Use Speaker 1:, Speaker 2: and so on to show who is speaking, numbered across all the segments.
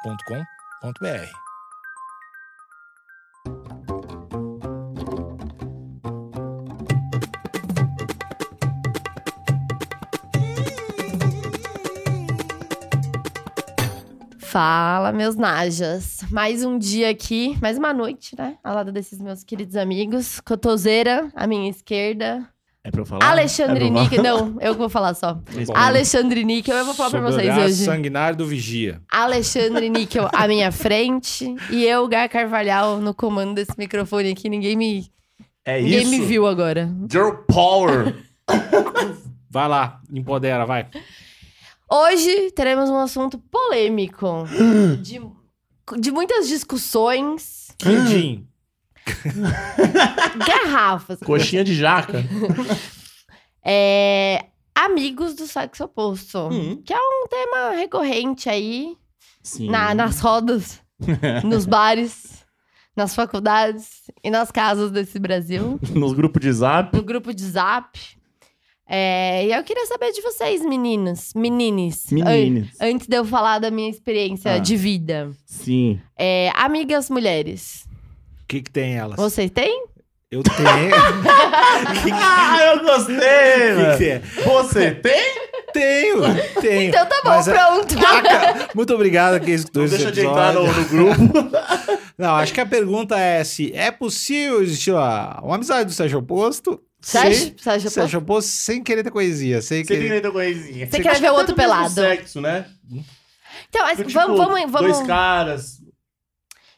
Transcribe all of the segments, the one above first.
Speaker 1: agenciadepodcast.com.br.
Speaker 2: Fala, meus najas. Mais um dia aqui, mais uma noite, né? Ao lado desses meus queridos amigos. Cotoseira, à minha esquerda.
Speaker 3: É pra eu falar?
Speaker 2: Alexandre
Speaker 3: é pra eu
Speaker 2: Níquel. Não, eu que vou falar só.
Speaker 3: falar?
Speaker 2: Alexandre Níquel, eu vou falar pra vocês
Speaker 4: Sudorás
Speaker 2: hoje.
Speaker 4: sanguinário do vigia.
Speaker 2: Alexandre Níquel à minha frente. E eu, Gar Carvalhal, no comando desse microfone aqui. Ninguém me,
Speaker 3: É
Speaker 2: ninguém
Speaker 3: isso?
Speaker 2: me viu agora.
Speaker 3: Girl power!
Speaker 4: Vai lá, empodera, vai.
Speaker 2: Hoje teremos um assunto polêmico. de, de muitas discussões.
Speaker 4: Quindim.
Speaker 2: Garrafas.
Speaker 3: Coxinha de jaca.
Speaker 2: É. Amigos do sexo oposto.
Speaker 4: Hum.
Speaker 2: Que é um tema recorrente aí.
Speaker 3: Sim.
Speaker 2: na- nas rodas, nos bares, nas faculdades e nas casas desse Brasil.
Speaker 3: Nos grupos de zap.
Speaker 2: No grupo de zap. É, e eu queria saber de vocês, meninas. Menines. An-
Speaker 3: Meninas.
Speaker 2: Antes de eu falar da minha experiência
Speaker 3: Ah.
Speaker 2: de vida.
Speaker 3: Sim.
Speaker 2: É, amigas mulheres.
Speaker 4: O que que tem elas?
Speaker 2: Vocês têm?
Speaker 4: Eu tenho.
Speaker 3: Ah, eu
Speaker 4: O
Speaker 3: gostei,
Speaker 4: que
Speaker 3: mano.
Speaker 4: que é?
Speaker 3: Você tem?
Speaker 4: Tenho, tenho.
Speaker 2: Então tá bom,
Speaker 4: Mas é-
Speaker 2: pronto.
Speaker 4: Ah, cara, Muito obrigado, que esses
Speaker 3: Não
Speaker 4: dois
Speaker 3: deixa de entrar no,
Speaker 4: episódios.
Speaker 3: no grupo.
Speaker 4: Não, acho que a pergunta é se é possível existir uma, uma amizade do Sérgio Oposto
Speaker 2: Você
Speaker 4: sem,
Speaker 2: acha- você acha-
Speaker 4: Sérgio Oposto sem querer ter coesia, sem
Speaker 3: Você tem
Speaker 4: querer...
Speaker 3: direito a coisinha.
Speaker 2: Você quer ver o outro pelado.
Speaker 3: Sexo, né?
Speaker 2: Então, mas
Speaker 3: Tipo,
Speaker 2: vamos, vamos, vamos.
Speaker 3: Dois caras.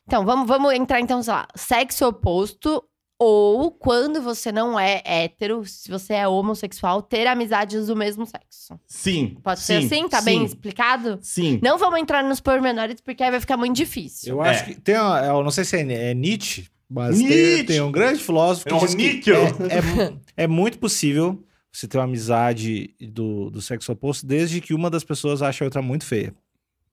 Speaker 2: Então, vamos, vamos entrar, então, sei lá, sexo oposto ou quando você não é hétero, se você é homossexual, ter amizades do mesmo sexo.
Speaker 3: Sim.
Speaker 2: Pode ser
Speaker 3: sim,
Speaker 2: assim? Tá bem
Speaker 3: sim,
Speaker 2: explicado?
Speaker 3: Sim.
Speaker 2: Não vamos entrar nos pormenores porque aí vai ficar muito difícil.
Speaker 4: Eu acho
Speaker 3: É.
Speaker 4: que tem uma, eu não sei se é, é Nietzsche, mas tem-
Speaker 3: Nietzsche!
Speaker 4: Tem, um grande filósofo
Speaker 3: É um
Speaker 4: diz que
Speaker 3: níquel.
Speaker 4: é, é mu- é muito possível você ter uma amizade do, do sexo oposto desde que uma das pessoas ache a outra muito feia.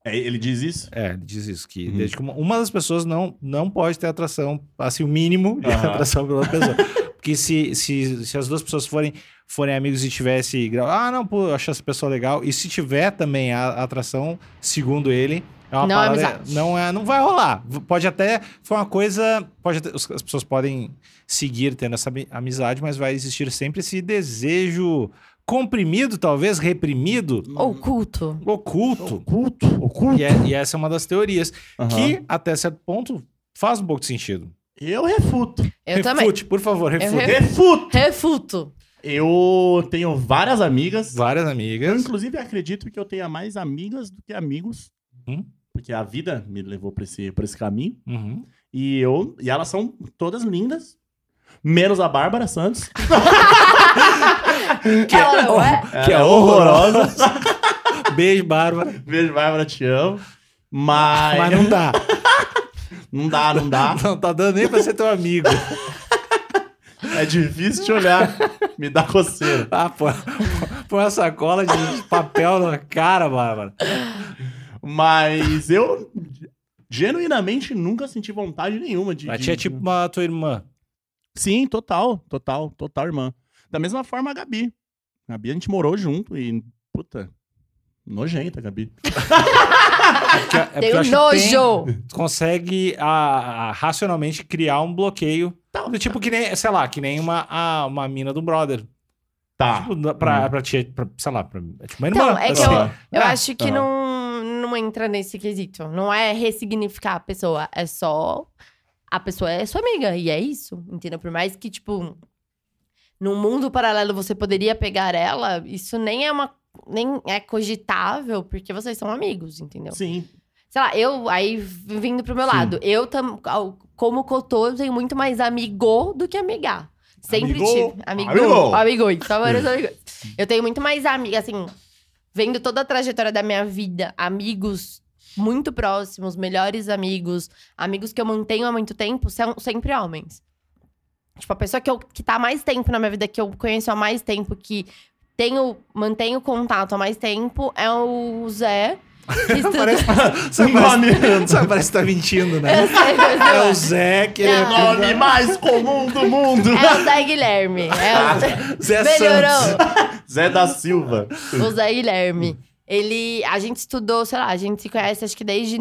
Speaker 3: É, ele diz isso?
Speaker 4: É, ele diz isso, que
Speaker 3: Uhum.
Speaker 4: desde que uma, uma das pessoas não, não pode ter atração, assim, o mínimo de
Speaker 3: Aham.
Speaker 4: atração pela outra pessoa. Porque se, se, se as duas pessoas forem, forem amigos e tivesse grau, ah, não, pô, eu acho essa pessoa legal. E se tiver também a, a atração, segundo ele, é uma
Speaker 2: Não é
Speaker 4: parada-
Speaker 2: amizade.
Speaker 4: não é, não vai rolar. V- Pode até foi uma coisa, pode até- os- as pessoas podem seguir tendo essa ami- amizade, mas vai existir sempre esse desejo comprimido, talvez reprimido,
Speaker 2: Oculto.
Speaker 4: oculto.
Speaker 3: Oculto. Oculto.
Speaker 4: E, é- e essa é uma das teorias
Speaker 3: Aham.
Speaker 4: que até certo ponto faz um pouco de sentido.
Speaker 3: Eu refuto.
Speaker 2: Eu
Speaker 4: refute,
Speaker 2: também.
Speaker 4: por favor, refute.
Speaker 2: re-
Speaker 3: Refuto.
Speaker 2: Refuto.
Speaker 3: Eu tenho várias amigas.
Speaker 4: Várias
Speaker 3: Eu,
Speaker 4: amigas.
Speaker 3: inclusive, acredito que eu tenha mais amigas do que amigos.
Speaker 4: Hum.
Speaker 3: Porque a vida me levou pra esse, pra esse caminho.
Speaker 4: Uhum.
Speaker 3: E eu. E elas são todas lindas. Menos a Bárbara Santos.
Speaker 2: Ela não é?
Speaker 4: Que é horrorosa. Beijo, Bárbara.
Speaker 3: Beijo, Bárbara, te amo. Mas.
Speaker 4: Mas não dá.
Speaker 3: não dá, Ah, é? não dá.
Speaker 4: Não tá dando nem pra ser teu amigo.
Speaker 3: É difícil de olhar. Me dá coceira.
Speaker 4: Ah, pô. Põe uma sacola de papel na cara, Bárbara.
Speaker 3: Mas eu. Genuinamente nunca senti vontade nenhuma de.
Speaker 4: A
Speaker 3: de-
Speaker 4: tia é tipo uma tua irmã.
Speaker 3: Sim, total, total, total, irmã. Da mesma forma a Gabi. A Gabi a gente morou junto e. Puta. Nojenta, Gabi.
Speaker 4: É porque- é porque
Speaker 2: Tenho
Speaker 4: eu acho que
Speaker 2: nojo.
Speaker 4: tem- tu consegue a- a- racionalmente criar um bloqueio.
Speaker 3: Tá.
Speaker 4: Do tipo que nem, sei lá, que nem uma, a- uma mina do brother.
Speaker 3: Tá.
Speaker 4: Tipo, na- pra, pra tia, pra- sei lá, pra, é tipo uma irmã.
Speaker 2: Então, é que
Speaker 4: assim.
Speaker 2: eu, eu
Speaker 4: Ah,
Speaker 2: acho que
Speaker 3: tá.
Speaker 2: não, não entra nesse quesito. Não é ressignificar a pessoa. É só. A pessoa é sua amiga. E é isso. Entendeu? Por mais que, tipo. Num mundo paralelo você poderia pegar ela, isso nem é uma. Nem é cogitável, porque vocês são amigos, entendeu?
Speaker 3: Sim.
Speaker 2: Sei lá, eu. Aí vindo pro meu
Speaker 3: Sim.
Speaker 2: lado. Eu, tam, ao- como cotô, eu tenho muito mais amigo do que amigar. Sempre
Speaker 3: Amigo.
Speaker 2: tive. Amigo.
Speaker 3: Amigo.
Speaker 2: Amigo. Só vários amigos. Eu tenho muito mais amiga, assim. Vendo toda a trajetória da minha vida, amigos muito próximos, melhores amigos, amigos que eu mantenho há muito tempo, são sempre homens. Tipo, a pessoa que, eu, que tá há mais tempo na minha vida, que eu conheço há mais tempo, que tenho, mantenho contato há mais tempo, é o Zé. que estuda-
Speaker 4: Parece,
Speaker 3: Você
Speaker 4: sabe, parece, sabe, parece que tá mentindo, né?
Speaker 2: Eu sei, mas não
Speaker 4: É
Speaker 2: é.
Speaker 4: o Zé que ele
Speaker 3: O nome mais comum do mundo.
Speaker 2: É o Zé Guilherme. É o Zé...
Speaker 4: Zé Santos.
Speaker 2: Melhorou.
Speaker 3: Zé da Silva.
Speaker 2: O Zé Guilherme. Ele. A gente estudou, sei lá, a gente se conhece acho que desde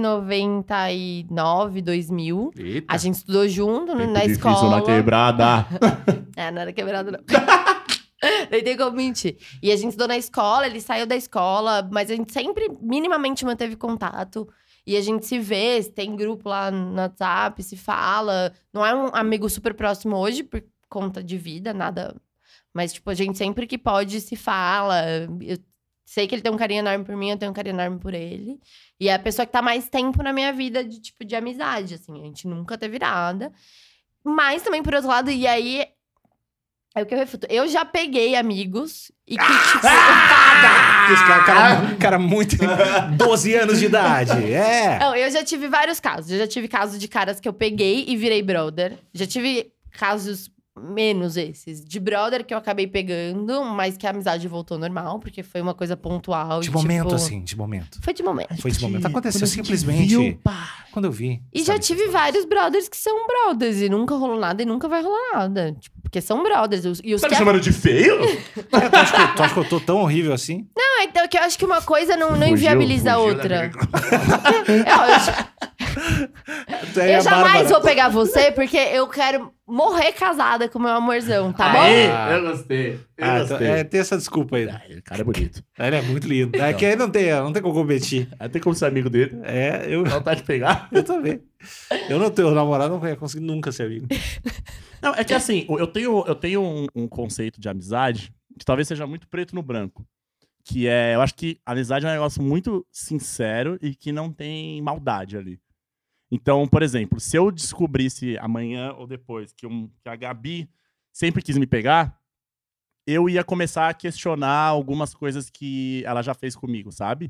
Speaker 2: 99, 2000.
Speaker 5: Eita.
Speaker 2: A gente estudou junto no-
Speaker 3: Tempo
Speaker 2: na
Speaker 3: difícil
Speaker 2: escola.
Speaker 3: na quebrada.
Speaker 2: É, não era quebrado, não. Não tem como mentir. E a gente estudou na escola, ele saiu da escola, mas a gente sempre minimamente manteve contato. E a gente se vê, se tem grupo lá no WhatsApp, se fala. Não é um amigo super próximo hoje, por conta de vida, nada. Mas, tipo, a gente sempre que pode se fala. Eu sei que ele tem um carinho enorme por mim, eu tenho um carinho enorme por ele. E é a pessoa que tá mais tempo na minha vida de, tipo, de amizade, assim. A gente nunca teve nada. Mas também, por outro lado, e aí é o que eu refuto. Eu já peguei amigos e que, tipo,
Speaker 4: Esse cara, cara, cara muito. 12 anos de idade. É.
Speaker 2: Não, eu já tive vários casos. Eu já tive casos de caras que eu peguei e virei brother. Já tive casos menos esses. De brother que eu acabei pegando, mas que a amizade voltou normal, porque foi uma coisa pontual.
Speaker 4: De
Speaker 2: tipo,
Speaker 4: momento, assim, de momento.
Speaker 2: Foi de momento.
Speaker 4: Foi esse momento. Aconteceu
Speaker 3: Quando a gente
Speaker 4: simplesmente.
Speaker 3: viu,
Speaker 5: Tá
Speaker 4: Quando eu vi.
Speaker 2: E já
Speaker 4: sabe?
Speaker 2: tive vários brothers que são brothers e nunca rolou nada e nunca vai rolar nada. Tipo, porque são brothers. Os- E os
Speaker 5: Tá
Speaker 2: que
Speaker 5: me chamando de feio?
Speaker 4: É, tu, acha que,
Speaker 2: tá.
Speaker 4: eu- tu acha que eu tô tão horrível assim?
Speaker 2: Não, então que eu acho que uma coisa não, não
Speaker 5: Fugiu,
Speaker 2: inviabiliza a
Speaker 5: fugiu da
Speaker 2: outra.
Speaker 5: minha-
Speaker 2: É, ó, eu-
Speaker 4: Tu é
Speaker 2: Eu
Speaker 4: a
Speaker 2: jamais
Speaker 4: Bárbara.
Speaker 2: vou pegar você porque eu quero morrer casada com meu amorzão, tá
Speaker 5: Aê,
Speaker 2: bom?
Speaker 5: eu gostei. Eu
Speaker 4: Ah, então,
Speaker 5: gostei.
Speaker 4: é, tem essa desculpa aí.
Speaker 5: Ah, O cara é bonito.
Speaker 4: Ele é muito lindo. É que aí não tem, não tem como competir.
Speaker 5: Até como ser amigo dele.
Speaker 4: É, eu,
Speaker 5: Dá vontade de pegar.
Speaker 4: eu também. Eu não tenho namorado, não ia conseguir nunca ser amigo.
Speaker 3: Não, é que assim, eu tenho, eu tenho um, um conceito de amizade que talvez seja muito preto no branco. Que é, eu acho que a amizade é um negócio muito sincero e que não tem maldade ali. Então, por exemplo, se eu descobrisse amanhã ou depois que, um, que a Gabi sempre quis me pegar, eu ia começar a questionar algumas coisas que ela já fez comigo, sabe?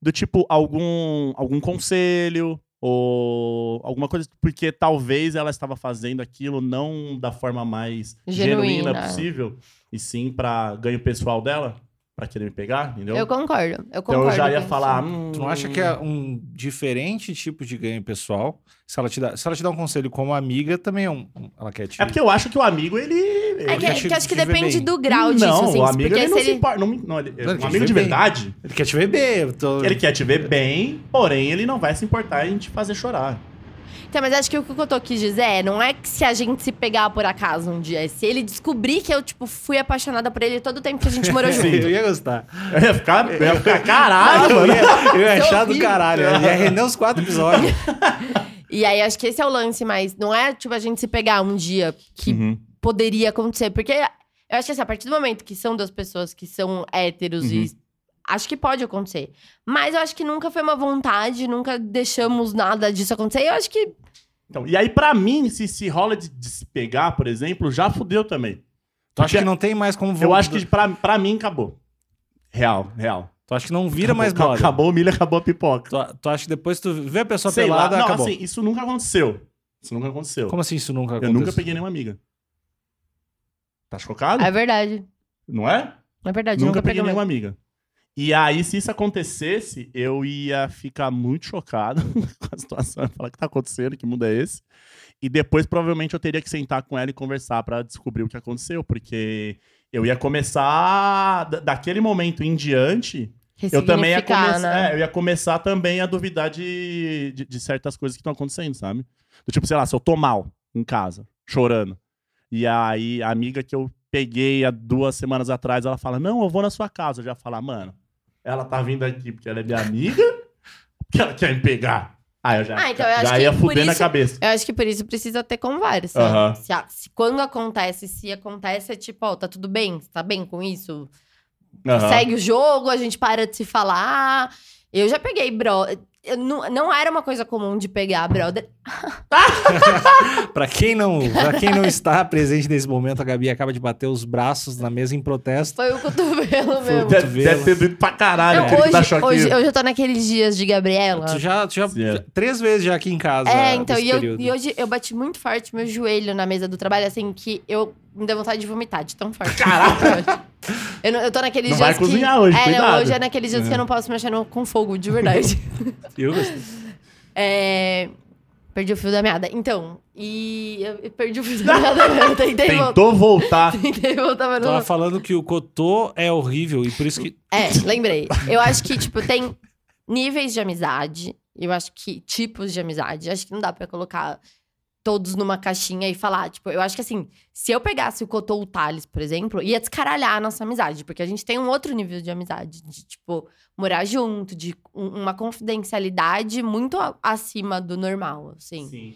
Speaker 3: Do tipo, algum, algum conselho, ou alguma coisa, porque talvez ela estava fazendo aquilo não da forma mais genuína,
Speaker 2: Genuína.
Speaker 3: possível, e sim para ganho pessoal dela, para querer me pegar, entendeu?
Speaker 2: Eu concordo, eu
Speaker 3: então
Speaker 2: concordo.
Speaker 3: eu já ia
Speaker 2: com
Speaker 3: falar.
Speaker 2: isso.
Speaker 3: "Hum,
Speaker 4: Tu não acha que é um diferente tipo de ganho pessoal? Se ela te dá, se ela te dá um conselho como amiga, também é um, um- ela quer te...
Speaker 3: É porque eu acho que o amigo, ele.
Speaker 2: É que,
Speaker 4: Eu te-
Speaker 2: que acho que
Speaker 4: te vê
Speaker 2: depende
Speaker 4: bem.
Speaker 2: do grau disso,
Speaker 3: não,
Speaker 2: assim.
Speaker 3: o amigo
Speaker 2: porque se
Speaker 3: ele não se
Speaker 2: ele.
Speaker 3: importa. Não, não, ele-
Speaker 4: ele
Speaker 3: um
Speaker 4: quer
Speaker 3: amigo
Speaker 4: te
Speaker 3: de
Speaker 4: ver bem.
Speaker 3: verdade,
Speaker 4: Ele quer te ver bem. eu tô-
Speaker 3: ele quer te ver bem, porém ele não vai se importar em te fazer chorar.
Speaker 2: Então, mas acho que o que eu tô quis dizer é, não é que se a gente se pegar por acaso um dia, é se ele descobrir que eu, tipo, fui apaixonada por ele todo o tempo que a gente morou
Speaker 4: Eu,
Speaker 2: junto.
Speaker 4: ia gostar.
Speaker 3: Eu ia ficar, eu ia ficar
Speaker 4: Ah,
Speaker 3: caralho,
Speaker 4: eu
Speaker 3: mano.
Speaker 4: ia, eu ia
Speaker 2: Isso é
Speaker 4: achar do
Speaker 2: horrível.
Speaker 4: caralho. Eu ia render os quatro episódios.
Speaker 2: E aí acho que esse é o lance, mas não é, tipo, a gente se pegar um dia que
Speaker 3: Uhum.
Speaker 2: poderia acontecer. Porque eu acho que assim, a partir do momento que são duas pessoas que são héteros
Speaker 3: Uhum.
Speaker 2: e. Acho que pode acontecer. Mas eu acho que nunca foi uma vontade, nunca deixamos nada disso acontecer. E eu acho que.
Speaker 3: Então, e aí, pra mim, se, se rola de, de se pegar, por exemplo, já fudeu também.
Speaker 4: Tu acha
Speaker 3: Porque
Speaker 4: que não tem mais como...
Speaker 3: Eu acho que pra, pra mim acabou. Real, real.
Speaker 4: Tu acha que não vira mais
Speaker 3: acabou,
Speaker 4: brother.
Speaker 3: acabou o milho, acabou a pipoca.
Speaker 4: Tu, tu acha que depois tu vê a pessoa
Speaker 3: Sei lá,
Speaker 4: pelada,
Speaker 3: não,
Speaker 4: acabou.
Speaker 3: assim, isso nunca aconteceu. Isso nunca aconteceu.
Speaker 4: Como assim isso nunca
Speaker 3: eu
Speaker 4: aconteceu?
Speaker 3: nunca peguei nenhuma amiga. Tá chocado?
Speaker 2: É verdade.
Speaker 3: Não é?
Speaker 2: É verdade.
Speaker 3: Nunca,
Speaker 2: Nunca,
Speaker 3: peguei
Speaker 2: pegou
Speaker 3: nenhuma
Speaker 2: mesmo.
Speaker 3: amiga. E aí, se isso acontecesse, eu ia ficar muito chocado com a situação. ia Falar o que tá acontecendo, que mundo é esse. E depois, provavelmente, eu teria que sentar com ela e conversar pra descobrir o que aconteceu. Porque eu ia começar, da- daquele momento em diante, eu também ia
Speaker 2: Ressignificar,
Speaker 3: começar.
Speaker 2: né?
Speaker 3: é, eu ia começar também a duvidar de, de, de certas coisas que estão acontecendo, sabe? Do tipo, sei lá, se eu tô mal em casa, chorando. E aí, a amiga que eu peguei há duas semanas atrás, ela fala: Não, eu vou na sua casa. Eu já falo, "Ah, mano, ela tá vindo aqui porque ela é minha amiga, que ela quer me pegar. Aí eu já,
Speaker 2: Ah, então eu acho
Speaker 3: já
Speaker 2: que
Speaker 3: ia
Speaker 2: por
Speaker 3: fuder na
Speaker 2: isso-
Speaker 3: cabeça.
Speaker 2: Eu acho que por isso precisa ter conversa.
Speaker 3: Aham.
Speaker 2: Se, a- se quando acontece, se acontece, é tipo, ó, tá tudo bem? Você tá bem com isso?
Speaker 3: Aham.
Speaker 2: segue o jogo, a gente para de se falar. Eu já peguei bro. eu não, não era uma coisa comum de pegar brother.
Speaker 4: Pra quem, não, pra quem não está presente nesse momento, a Gabi acaba de bater os braços na mesa em protesto.
Speaker 2: Foi o cotovelo mesmo.
Speaker 4: Deve-
Speaker 5: Deve, deve ter doido pra caralho.
Speaker 2: Não,
Speaker 5: teve
Speaker 3: tá
Speaker 5: que dar
Speaker 2: hoje,
Speaker 5: choquinho.
Speaker 2: hoje, hoje eu tô naqueles dias de Gabriela.
Speaker 4: Tu já, tu já-
Speaker 3: Sim. é.
Speaker 4: três vezes já aqui em casa.
Speaker 2: É, então,
Speaker 4: nesse
Speaker 2: e, eu-
Speaker 4: período.
Speaker 2: e hoje eu bati muito forte meu joelho na mesa do trabalho, assim, que eu me deu vontade de vomitar, de tão forte. Caraca! Eu, não- eu tô naqueles
Speaker 3: Não
Speaker 2: dias
Speaker 3: vai
Speaker 2: que...
Speaker 3: cozinhar hoje,
Speaker 2: É, não,
Speaker 3: cuidado.
Speaker 2: hoje é naqueles dias que eu não posso mexer no- com fogo, de verdade.
Speaker 4: Eu gostei.
Speaker 2: É, Perdi o fio da meada. Então, e eu eu perdi o fio da meada. Eu tentei voltar.
Speaker 5: Tentou voltar.
Speaker 2: Tentei voltar, mas não.
Speaker 4: Tava falando que o Cotô é horrível e por isso que.
Speaker 2: É, lembrei. Eu acho que, tipo, tem níveis de amizade. Eu acho que tipos de amizade. Acho que não dá pra colocar todos numa caixinha e falar. Tipo, eu acho que assim, se eu pegasse o Cotô ou o Thales, por exemplo, ia descaralhar a nossa amizade. Porque a gente tem um outro nível de amizade. De, tipo, morar junto, de um- uma confidencialidade muito a- acima do normal, assim.
Speaker 5: Sim.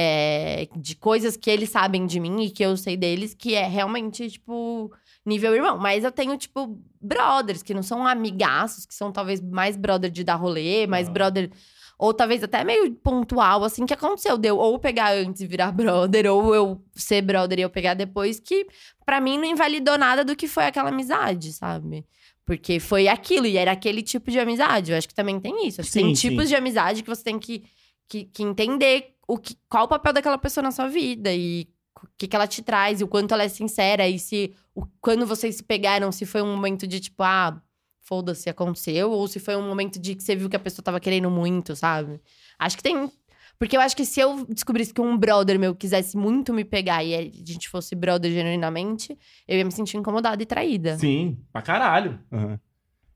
Speaker 2: É, de coisas que eles sabem de mim e que eu sei deles, que é realmente, tipo, nível irmão. Mas eu tenho, tipo, brothers, que não são amigaços, que são talvez mais brother de dar rolê, mais brother. Ou talvez até meio pontual, assim, que aconteceu. Deu ou pegar antes e virar brother, ou eu ser brother e eu pegar depois, que pra mim não invalidou nada do que foi aquela amizade, sabe? Porque foi aquilo, e era aquele tipo de amizade. Eu acho que também tem isso. Acho que
Speaker 3: Sim,
Speaker 2: tem
Speaker 3: sim.
Speaker 2: tipos de amizade que você tem que que, que entender o que, qual o papel daquela pessoa na sua vida e o que, que ela te traz e o quanto ela é sincera e se o, quando vocês se pegaram, se foi um momento de tipo, ah, foda-se, aconteceu, ou se foi um momento de que você viu que a pessoa tava querendo muito, sabe? Acho que tem. Porque eu acho que se eu descobrisse que um brother meu quisesse muito me pegar e a gente fosse brother genuinamente, eu ia me sentir incomodada e traída.
Speaker 5: Sim, pra caralho.
Speaker 3: Aham.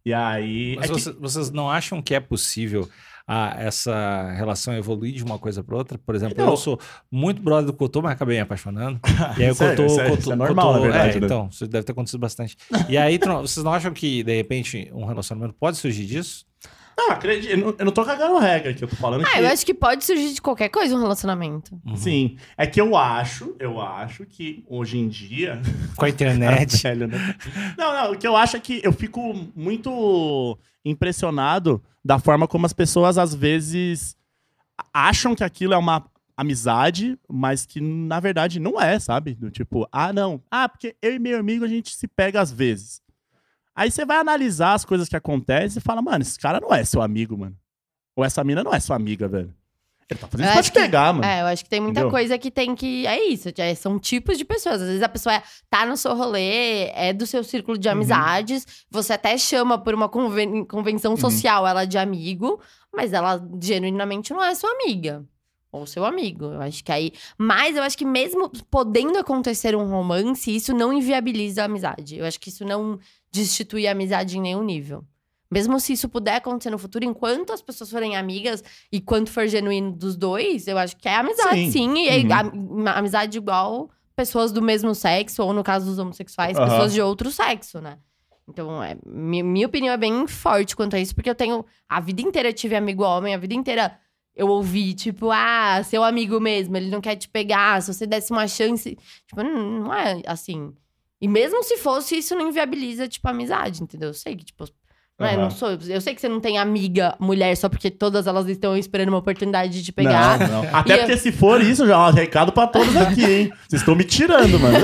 Speaker 5: E aí.
Speaker 4: Mas
Speaker 5: é que-
Speaker 4: vocês, vocês não acham que é possível ah, essa relação evoluir de uma coisa pra outra? Por exemplo,
Speaker 5: Não.
Speaker 4: eu sou muito brother do Cotô, mas acabei me apaixonando. E aí o
Speaker 5: Sério,
Speaker 4: Cotô.
Speaker 5: isso é-
Speaker 4: Cotô-
Speaker 5: isso é normal,
Speaker 4: Cotô-
Speaker 5: na verdade,
Speaker 4: é,
Speaker 5: né?
Speaker 4: então, isso deve ter acontecido bastante. E aí, tu não- vocês não acham que, de repente, um relacionamento pode surgir disso?
Speaker 5: Não, acredito. Eu não, eu não tô cagando regra aqui. Eu tô falando que.
Speaker 2: Ah, eu acho que pode surgir de qualquer coisa um relacionamento.
Speaker 4: Uhum.
Speaker 5: Sim. É que eu acho, eu acho que hoje em dia.
Speaker 4: Com a internet.
Speaker 5: Velho, né?
Speaker 3: Não, não, o que eu acho é que eu fico muito impressionado da forma como as pessoas às vezes acham que aquilo é uma amizade, mas que na verdade não é, sabe? Do tipo, ah, não. Ah, porque eu e meu amigo a gente se pega às vezes. Aí você vai analisar as coisas que acontecem e fala, mano, esse cara não é seu amigo, mano. Ou essa mina não é sua amiga, velho. Ele tá fazendo
Speaker 2: Eu
Speaker 3: isso pra
Speaker 2: acho
Speaker 3: te pegar, mano.
Speaker 2: É, eu acho que tem muita
Speaker 3: Entendeu?
Speaker 2: coisa que tem que. É isso, é- são tipos de pessoas. Às vezes a pessoa é- tá no seu rolê, é do seu círculo
Speaker 3: Uhum.
Speaker 2: de amizades, você até chama por uma conven-
Speaker 3: Uhum.
Speaker 2: convenção social ela de amigo, mas ela genuinamente não é sua amiga. Ou seu amigo. Eu acho que aí. Mas eu acho que mesmo podendo acontecer um romance, isso não inviabiliza a amizade. Eu acho que isso não destitui a amizade em nenhum nível. Mesmo se isso puder acontecer no futuro, enquanto as pessoas forem amigas, e quanto for genuíno dos dois, eu acho que é amizade, sim.
Speaker 3: Sim.
Speaker 2: e é a- uma amizade igual pessoas do mesmo sexo, ou no caso dos homossexuais, pessoas de outro sexo, né? Então, é, mi- minha opinião é bem forte quanto a isso, porque eu tenho. A vida inteira eu tive amigo homem, a vida inteira eu ouvi, tipo, ah, seu amigo mesmo, ele não quer te pegar, se você desse uma chance. Tipo, não, não é assim. E mesmo se fosse, isso não inviabiliza, tipo, a amizade, entendeu? Eu sei que, tipo, não, é,
Speaker 5: Aham.
Speaker 2: não sou. Eu sei que você não tem amiga mulher só porque todas elas estão esperando uma oportunidade de te pegar.
Speaker 5: Não, não. Até
Speaker 2: E eu-
Speaker 5: porque se for isso, já é um recado pra todos aqui, hein? Vocês estão me tirando, mano.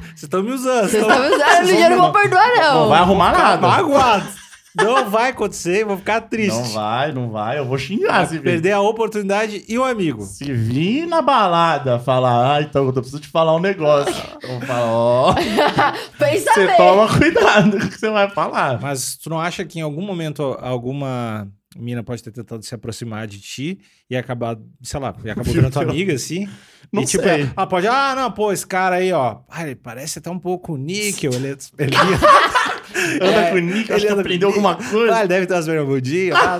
Speaker 4: Vocês estão me usando. Vocês
Speaker 2: Vocês estão me usando, eu não vou perdoar, não.
Speaker 5: Não vai arrumar
Speaker 4: estão
Speaker 5: nada.
Speaker 4: magoados. Não vai acontecer, eu vou ficar triste. Ah,
Speaker 5: Não vai, não vai. Eu vou xingar se vir.
Speaker 4: Perder a oportunidade e o amigo.
Speaker 5: Se vir na balada falar, ah, então eu preciso te falar um negócio. Então fala, ó,
Speaker 2: Pensa
Speaker 5: você
Speaker 2: Tá bem.
Speaker 5: toma cuidado com o que você vai falar.
Speaker 4: Mas tu não acha que em algum momento alguma mina pode ter tentado se aproximar de ti e acabar, sei lá, e acabou virando tua amiga, assim?
Speaker 5: Não
Speaker 4: e, tipo,
Speaker 5: sei.
Speaker 4: Ah, pode, ah, não, pô, esse cara aí, ó, ah, ele parece até um pouco o níquel, ele, é, ele,
Speaker 5: Anda com o Nick, acho
Speaker 4: ele
Speaker 5: que
Speaker 4: anda
Speaker 5: aprendeu
Speaker 4: comigo.
Speaker 5: alguma coisa.
Speaker 4: ah, ele deve ter umas bermudinhas, pá.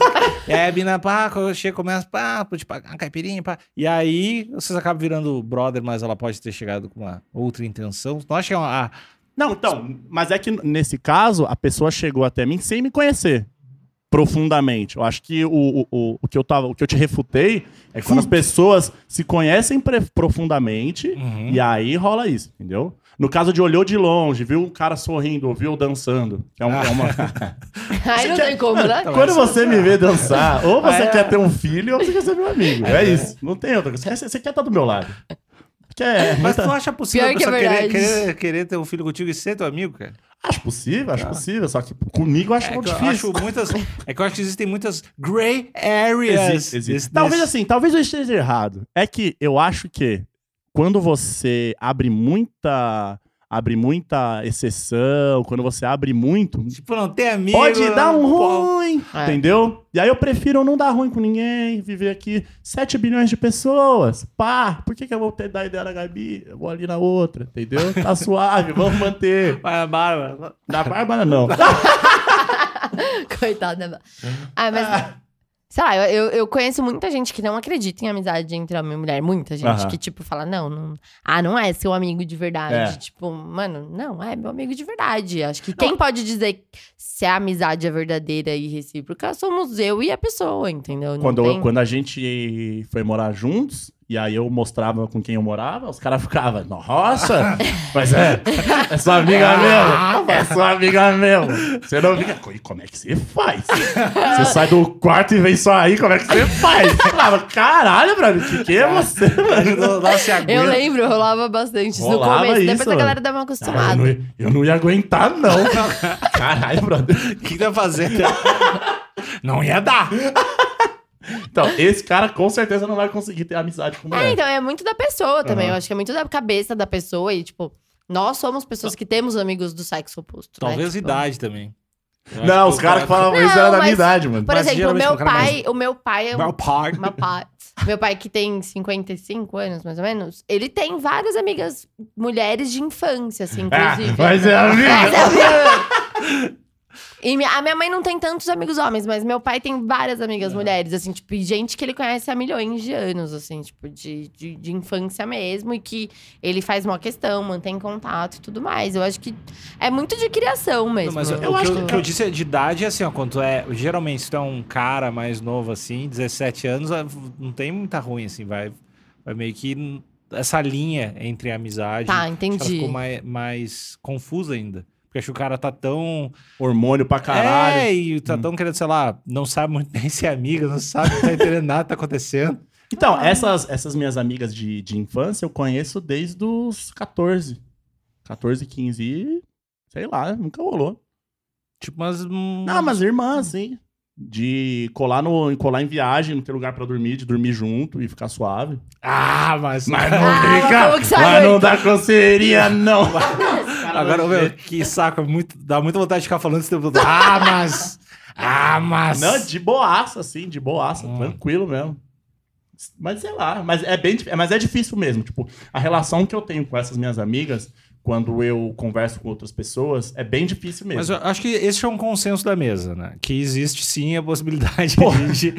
Speaker 4: e aí a mina, pá, chega, começa, pá, pô, tipo, uma caipirinha, pá. E aí vocês acabam virando brother, mas ela pode ter chegado com uma outra intenção. Tu não acha que é uma... Ah,
Speaker 3: Não, então, mas é que nesse caso, a pessoa chegou até mim sem me conhecer profundamente. Eu acho que o, o, o, o que, eu tava, o que eu te refutei é quando as pessoas se conhecem pre- profundamente
Speaker 5: Uhum.
Speaker 3: e aí rola isso, entendeu? No caso de olhou de longe, viu o cara sorrindo, ouviu eu dançando. que é um- é uma...
Speaker 2: Aí não tem como, né?
Speaker 5: Quando você me vê dançar, ou você
Speaker 4: Ah, é.
Speaker 5: quer ter um filho, ou você quer ser meu amigo. É isso. Não tem outra coisa. Você quer- Você
Speaker 3: tá
Speaker 5: quer estar do meu lado. Quer,
Speaker 4: Mas
Speaker 3: então,
Speaker 4: tu não acha possível
Speaker 2: Pior
Speaker 4: a
Speaker 2: que é
Speaker 4: pessoa querer,
Speaker 2: verdade.
Speaker 4: querer, querer ter um filho contigo e ser teu amigo, cara?
Speaker 5: Acho possível,
Speaker 3: Ah.
Speaker 5: acho possível. Só que comigo eu acho
Speaker 4: É
Speaker 3: Tipo,
Speaker 5: muito
Speaker 4: que eu
Speaker 5: difícil.
Speaker 4: acho muitas. É que eu acho que existem muitas gray areas.
Speaker 3: Existe, existe.
Speaker 4: desse-
Speaker 3: É, Talvez
Speaker 4: desse-
Speaker 3: assim, talvez eu esteja errado. É que eu acho que quando você abre muita abre muita exceção, quando você abre muito,
Speaker 4: Tipo, não tem amigo.
Speaker 3: pode dar um
Speaker 4: pô.
Speaker 3: ruim,
Speaker 2: É.
Speaker 3: entendeu? E aí eu prefiro não dar ruim com ninguém, viver aqui 7 bilhões de pessoas, pá, por que, que eu vou ter da ideia da Gabi? Eu vou ali na outra, entendeu? Tá suave, vamos manter.
Speaker 4: Vai, a Bárbara.
Speaker 3: Da Bárbara não.
Speaker 2: Coitada. da- Ah, mas. Sei lá, eu, eu conheço muita gente que não acredita em amizade entre homem e mulher. Muita gente
Speaker 3: Aham.
Speaker 2: que, tipo, fala, não, não. Ah, não é seu amigo de verdade.
Speaker 3: É.
Speaker 2: Tipo, mano, não, é meu amigo de verdade. Acho que quem pode dizer se a amizade é verdadeira e recíproca somos eu e a pessoa, entendeu? Não
Speaker 3: Quando,
Speaker 2: tem-
Speaker 3: quando a gente foi morar juntos, e aí eu mostrava com quem eu morava, os caras ficavam, nossa, mas é, é sua
Speaker 2: Ah,
Speaker 3: amiga mesmo, é sua amiga mesmo. Você não fica, "Co- e como é que você faz? Você sai do quarto e vem só aí, como é que você faz? Eu falava, caralho, brother, que que é
Speaker 2: Tá
Speaker 3: você?
Speaker 4: Não se aguenta.
Speaker 2: Eu lembro, rolava bastante isso
Speaker 3: Rolava
Speaker 2: no começo. Depois
Speaker 3: isso,
Speaker 2: a galera
Speaker 3: mano.
Speaker 2: dava uma
Speaker 3: Ah, eu,
Speaker 2: acostumada.
Speaker 3: não, ia- eu não ia aguentar, não. Caralho, brother.
Speaker 4: O que que tá fazendo? não ia dar.
Speaker 3: Então, esse cara com certeza não vai conseguir ter amizade com
Speaker 2: É,
Speaker 3: mulher.
Speaker 2: então é muito da pessoa também. Eu acho que é muito da cabeça da pessoa e, tipo, nós somos pessoas que temos amigos do sexo oposto. né?
Speaker 4: Talvez
Speaker 2: Tipo,
Speaker 4: idade também.
Speaker 3: Não, os caras que falavam isso
Speaker 2: Não,
Speaker 3: era da minha
Speaker 2: mas-
Speaker 3: idade, mano.
Speaker 2: Por
Speaker 4: Mas
Speaker 2: exemplo,
Speaker 4: geralmente
Speaker 2: meu
Speaker 4: o cara
Speaker 2: pai,
Speaker 4: mais-
Speaker 2: o meu pai é um-
Speaker 4: Meu pai.
Speaker 2: meu pai, meu pai que tem 55 anos, mais ou menos, ele tem várias amigas mulheres de infância, assim,
Speaker 3: Ah,
Speaker 2: inclusive.
Speaker 3: mas é amiga.
Speaker 2: Mas é amiga. E minha- a minha mãe não tem tantos amigos homens, mas meu pai tem várias
Speaker 4: É.
Speaker 2: amigas mulheres, assim, tipo, e gente que ele conhece há milhões de anos, assim, tipo, de, de, de infância mesmo, e que ele faz uma questão, mantém contato e tudo mais. Eu acho que é muito de criação mesmo.
Speaker 4: Não, mas eu,
Speaker 2: né?
Speaker 4: o, que eu, o que eu disse é de idade, assim, ó, quando tu é. Geralmente, se tu é um cara mais novo, assim, 17 anos, ah, não tem muita ruim, assim, vai, vai meio que. n- Essa linha entre amizade.
Speaker 2: Tá,
Speaker 4: acho que Ela
Speaker 2: entendi.
Speaker 4: ficou mai- mais, confusa ainda. Porque acho que o cara tá tão.
Speaker 3: Hormônio pra caralho. Hum.
Speaker 4: É, e tá tão querendo, sei lá, não sabe muito bem ser amiga, não sabe, não tá entendendo nada que tá acontecendo.
Speaker 3: Então, essas, essas minhas amigas de, de infância eu conheço desde os 14. 14, 15 e. Sei lá, nunca rolou.
Speaker 4: Tipo, mas. hum,
Speaker 3: Ah, mas irmãs, sim. De colar, no, colar em viagem, não ter lugar pra dormir, de dormir junto e ficar suave.
Speaker 4: Ah, mas.
Speaker 3: Mas não
Speaker 2: Ah, mas como que
Speaker 3: brinca!
Speaker 2: você
Speaker 3: Mas não
Speaker 2: aguenta?
Speaker 3: dá coceirinha, não!
Speaker 4: Agora, meu, que saco, é muito, dá muita vontade de ficar falando esse tempo todo. Ah, mas. Ah, mas.
Speaker 3: Não, de boaça, assim, de boaça,
Speaker 4: Hum.
Speaker 3: tranquilo mesmo. Mas sei lá, mas é bem, dif- mas é difícil mesmo, tipo, a relação que eu tenho com essas minhas amigas quando eu converso com outras pessoas é bem difícil mesmo.
Speaker 4: Mas eu acho que esse é um consenso da mesa, né? Que existe sim a possibilidade de,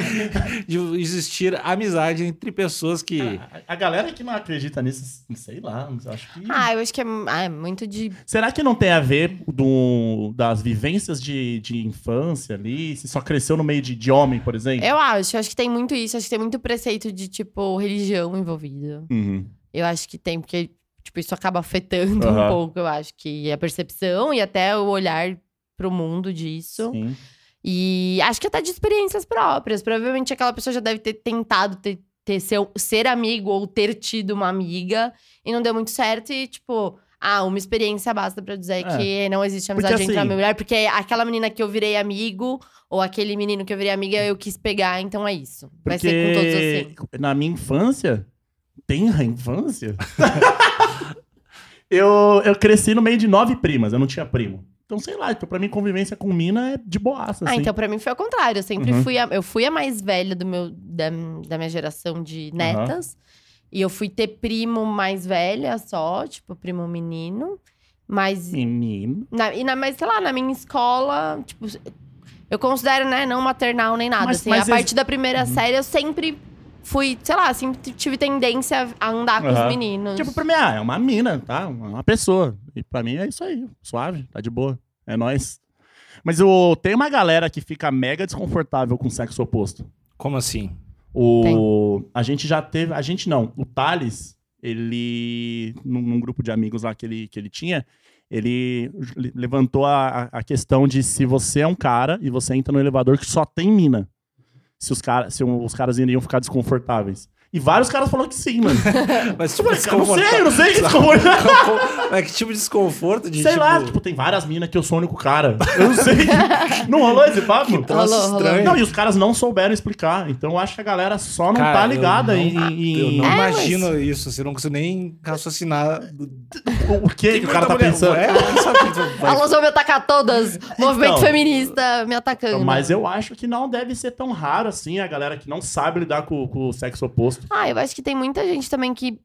Speaker 4: de existir amizade entre pessoas que.
Speaker 3: A, a galera que não acredita nisso, sei lá, mas eu acho que
Speaker 2: Ah, eu acho que é, ah, é muito de
Speaker 3: Será que não tem a ver do, das vivências de, de infância ali? Se só cresceu no meio de, de homem, por exemplo?
Speaker 2: Eu acho, acho que tem muito isso, acho que tem muito preceito de, tipo, religião envolvida.
Speaker 3: Uhum.
Speaker 2: Eu acho que tem, porque, tipo, isso acaba afetando um
Speaker 3: Aham.
Speaker 2: pouco, eu acho que a percepção e até o olhar pro mundo disso.
Speaker 3: Sim.
Speaker 2: E acho que até de experiências próprias. Provavelmente aquela pessoa já deve ter tentado ter, ter seu- ser amigo ou ter tido uma amiga e não deu muito certo. E, tipo, ah, uma experiência basta pra dizer
Speaker 3: É.
Speaker 2: que não existe
Speaker 3: Porque,
Speaker 2: amizade entre
Speaker 3: assim-
Speaker 2: homem e mulher, porque aquela menina que eu virei amigo ou aquele menino que eu virei amiga eu quis pegar, então é isso. Vai
Speaker 3: Porque
Speaker 2: ser com todos assim.
Speaker 3: na minha infância, tenra infância, eu, eu cresci no meio de nove primas, eu não tinha primo. Então, sei lá, então pra mim convivência com mina é de boaça,
Speaker 2: Ah,
Speaker 3: assim.
Speaker 2: então pra mim foi ao contrário. Eu sempre
Speaker 3: Uhum.
Speaker 2: fui a, eu fui a mais velha do meu, da, da minha geração de netas. E eu fui ter primo mais velha só, tipo, primo menino. Mas
Speaker 3: Menino.
Speaker 2: Na, e na, mas, sei lá, na minha escola, tipo, eu considero, né, não maternal nem nada.
Speaker 3: Mas-
Speaker 2: assim,
Speaker 3: mas
Speaker 2: a
Speaker 3: ex- Uhum.
Speaker 2: partir da primeira série, eu sempre fui, sei lá, sempre t- tive tendência a andar com os
Speaker 3: Aham.
Speaker 2: meninos.
Speaker 3: Tipo, pra mim, ah, é uma mina, tá? Uma pessoa. E pra mim é isso aí, suave, tá de boa. É nóis. Mas o, tem uma galera que fica mega desconfortável com o sexo oposto.
Speaker 4: Como assim?
Speaker 3: O, a gente já teve. A gente não. O Thales, ele. Num, num grupo de amigos lá que ele, que ele tinha, ele le- levantou a, a- a questão de se você é um cara e você entra no elevador que só tem mina. Se os, cara, se um- os caras iriam ficar desconfortáveis. E vários caras falaram que sim, mano.
Speaker 4: Mas
Speaker 3: Eu
Speaker 4: tipo,
Speaker 3: falei, cara, não sei, eu
Speaker 4: desconfortável.
Speaker 3: não sei que desconforto.
Speaker 4: É que tipo de desconforto de
Speaker 3: Sei
Speaker 4: tipo,
Speaker 3: lá, tipo, tem várias minas que eu sou o único cara. Eu não sei. não rolou esse papo?
Speaker 4: troço
Speaker 2: Rolou, rolou.
Speaker 4: estranho.
Speaker 3: Não, e os caras não souberam explicar. Então eu acho que a galera só não
Speaker 4: Cara,
Speaker 3: tá ligada
Speaker 4: eu
Speaker 3: em. em-
Speaker 4: Eu não
Speaker 2: É, mas-
Speaker 4: imagino isso, assim, eu não consigo nem raciocinar do
Speaker 3: O que, que o cara tá
Speaker 4: Muita mulher-
Speaker 3: pensando.
Speaker 4: É, eu não sabia, tipo, vai-
Speaker 2: Elas vão me atacar todas. Movimento
Speaker 3: Então.
Speaker 2: feminista me atacando.
Speaker 3: Mas eu acho que não deve ser tão raro assim a galera que não sabe lidar com, com o sexo oposto.
Speaker 2: Ah, eu acho que tem muita gente também que.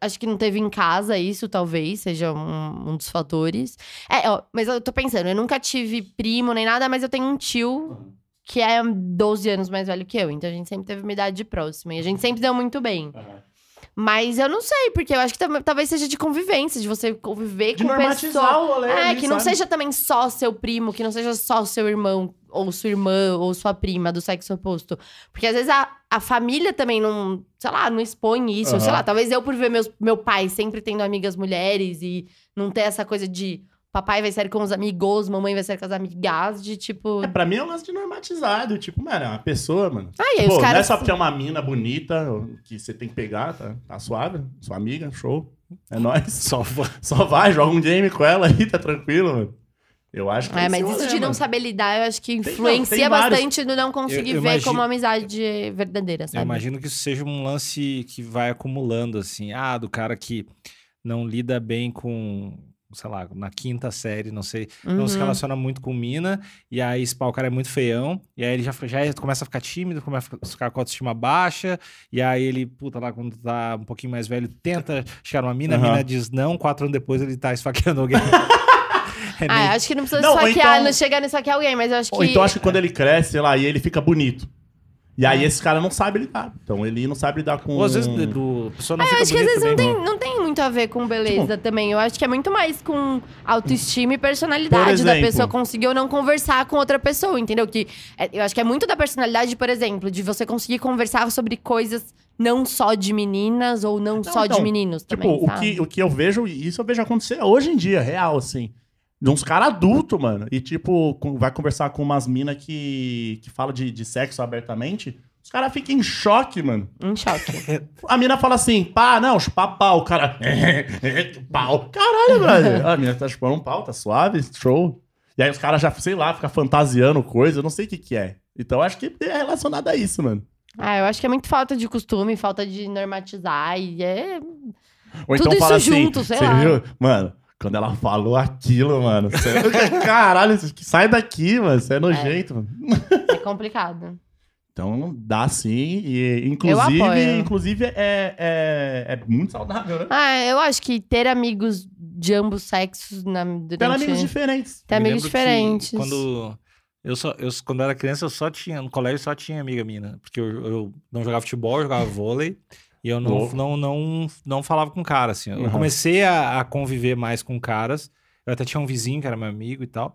Speaker 2: Acho que não teve em casa isso, talvez, seja um, um dos fatores. É, ó, mas eu tô pensando, eu nunca tive primo nem nada, mas eu tenho um tio que é 12 anos mais velho que eu. Então a gente sempre teve uma idade próxima. E a gente sempre deu muito bem. Mas eu não sei, porque eu acho que tam- talvez seja de convivência, de você conviver
Speaker 3: De
Speaker 2: com pessoas.
Speaker 3: normatizar o rolê.
Speaker 2: É,
Speaker 3: ali,
Speaker 2: que não
Speaker 3: sabe?
Speaker 2: seja também só seu primo, que não seja só seu irmão, ou sua irmã, ou sua prima do sexo oposto. Porque às vezes a, a família também não, sei lá, não expõe isso. ou Sei
Speaker 3: Aham.
Speaker 2: lá, talvez eu por ver meus, meu pai sempre tendo amigas mulheres e não ter essa coisa de papai vai sair com os amigos, mamãe vai sair com as amigas, de tipo.
Speaker 3: É, pra mim é um lance de normatizado. Tipo, mano, é uma pessoa, mano.
Speaker 2: Ah, e aí
Speaker 3: Pô,
Speaker 2: os
Speaker 3: Não é
Speaker 2: caras.
Speaker 3: só porque é uma mina bonita que você tem que pegar, tá, tá suave, sua amiga, show. É nóis. Só, va- só vai, joga um game com ela aí, tá tranquilo, mano. Eu acho que
Speaker 2: É,
Speaker 3: esse
Speaker 2: mas
Speaker 3: o
Speaker 2: isso
Speaker 3: rolê,
Speaker 2: de não
Speaker 3: né, mano.
Speaker 2: saber lidar, eu acho que
Speaker 3: não, tem
Speaker 2: influencia
Speaker 3: vários.
Speaker 2: bastante no não conseguir
Speaker 4: Eu- eu
Speaker 2: ver
Speaker 4: imagi-
Speaker 2: como uma amizade verdadeira,
Speaker 4: Eu
Speaker 2: sabe?
Speaker 4: imagino que isso seja um lance que vai acumulando, assim. Ah, do cara que não lida bem com, sei lá, na quinta série, não sei.
Speaker 3: é
Speaker 4: Não se
Speaker 2: Uhum.
Speaker 4: relaciona muito com mina. E aí, se pá, o cara é muito feião. E aí ele já, já é- começa a ficar tímido, começa a ficar com a autoestima baixa. E aí ele, puta, lá quando tá um pouquinho mais velho, tenta chegar numa mina,
Speaker 3: Aham.
Speaker 4: a mina diz não. Quatro anos depois ele tá esfaqueando alguém. É meio-
Speaker 2: Ah, acho que não precisa
Speaker 3: Não, ou
Speaker 2: saquear,
Speaker 3: então-
Speaker 2: não chegar nem saquear alguém, mas eu acho
Speaker 3: Ou
Speaker 2: que.
Speaker 3: então acho que quando ele cresce, sei lá, e ele fica bonito. E
Speaker 2: Hum.
Speaker 3: aí esse cara não sabe lidar. Então ele não sabe lidar com.
Speaker 4: Ou às vezes do, do- a pessoa não
Speaker 2: Ah, Eu
Speaker 4: fica
Speaker 2: acho que às
Speaker 4: bonita
Speaker 2: vezes não
Speaker 4: também. né?
Speaker 2: tem, não tem muito a ver com beleza também. Eu acho que é muito mais com autoestima e
Speaker 3: Por
Speaker 2: personalidade da
Speaker 3: exemplo.
Speaker 2: pessoa conseguir ou não conversar com outra pessoa, entendeu? Que é- eu acho que é muito da personalidade, por exemplo, de você conseguir conversar sobre coisas não só de meninas ou não, só
Speaker 3: então,
Speaker 2: de meninos
Speaker 3: Tipo,
Speaker 2: também.
Speaker 3: o,
Speaker 2: sabe?
Speaker 3: que, o que eu vejo, e isso eu vejo acontecer hoje em dia, real, assim. De uns caras adultos, mano. E, tipo, com- vai conversar com umas minas que, que falam de, de sexo abertamente. Os caras ficam em choque, mano.
Speaker 2: Um choque.
Speaker 3: A mina fala assim, pá, não, chupar pau. O cara, pau. Caralho, brother. A mina tá chupando um pau, tá suave, show. E aí os caras já, sei lá, fica fantasiando coisa, eu não sei o que que é. Então acho que é relacionado a isso, mano.
Speaker 2: Ah, eu acho que é muito falta de costume, falta de normatizar e é. Tudo
Speaker 3: Ou então
Speaker 2: isso
Speaker 3: fala assim,
Speaker 2: junto, sei
Speaker 3: "Cê
Speaker 2: lá."
Speaker 3: viu? Mano, quando ela falou aquilo, mano. cê- é Caralho, sai daqui, mano. Você é nojento, mano.
Speaker 2: é complicado.
Speaker 3: Então dá sim, e inclusive,
Speaker 2: apoio.
Speaker 3: inclusive é, é, é muito saudável, né?
Speaker 2: Ah, eu acho que ter amigos de ambos sexos na durante...
Speaker 3: Tem amigos diferentes.
Speaker 2: ter
Speaker 4: Eu me
Speaker 2: amigos
Speaker 4: lembro que
Speaker 2: Tá diferentes.
Speaker 4: Quando eu só, eu, quando eu era criança, eu só tinha, no colégio só tinha amiga mina. Porque eu, eu não jogava futebol, eu jogava vôlei. E eu não,
Speaker 3: Louco.
Speaker 4: não, não, não falava com cara, assim. Eu
Speaker 3: Uhum.
Speaker 4: comecei a, a conviver mais com caras. Eu até tinha um vizinho que era meu amigo e tal.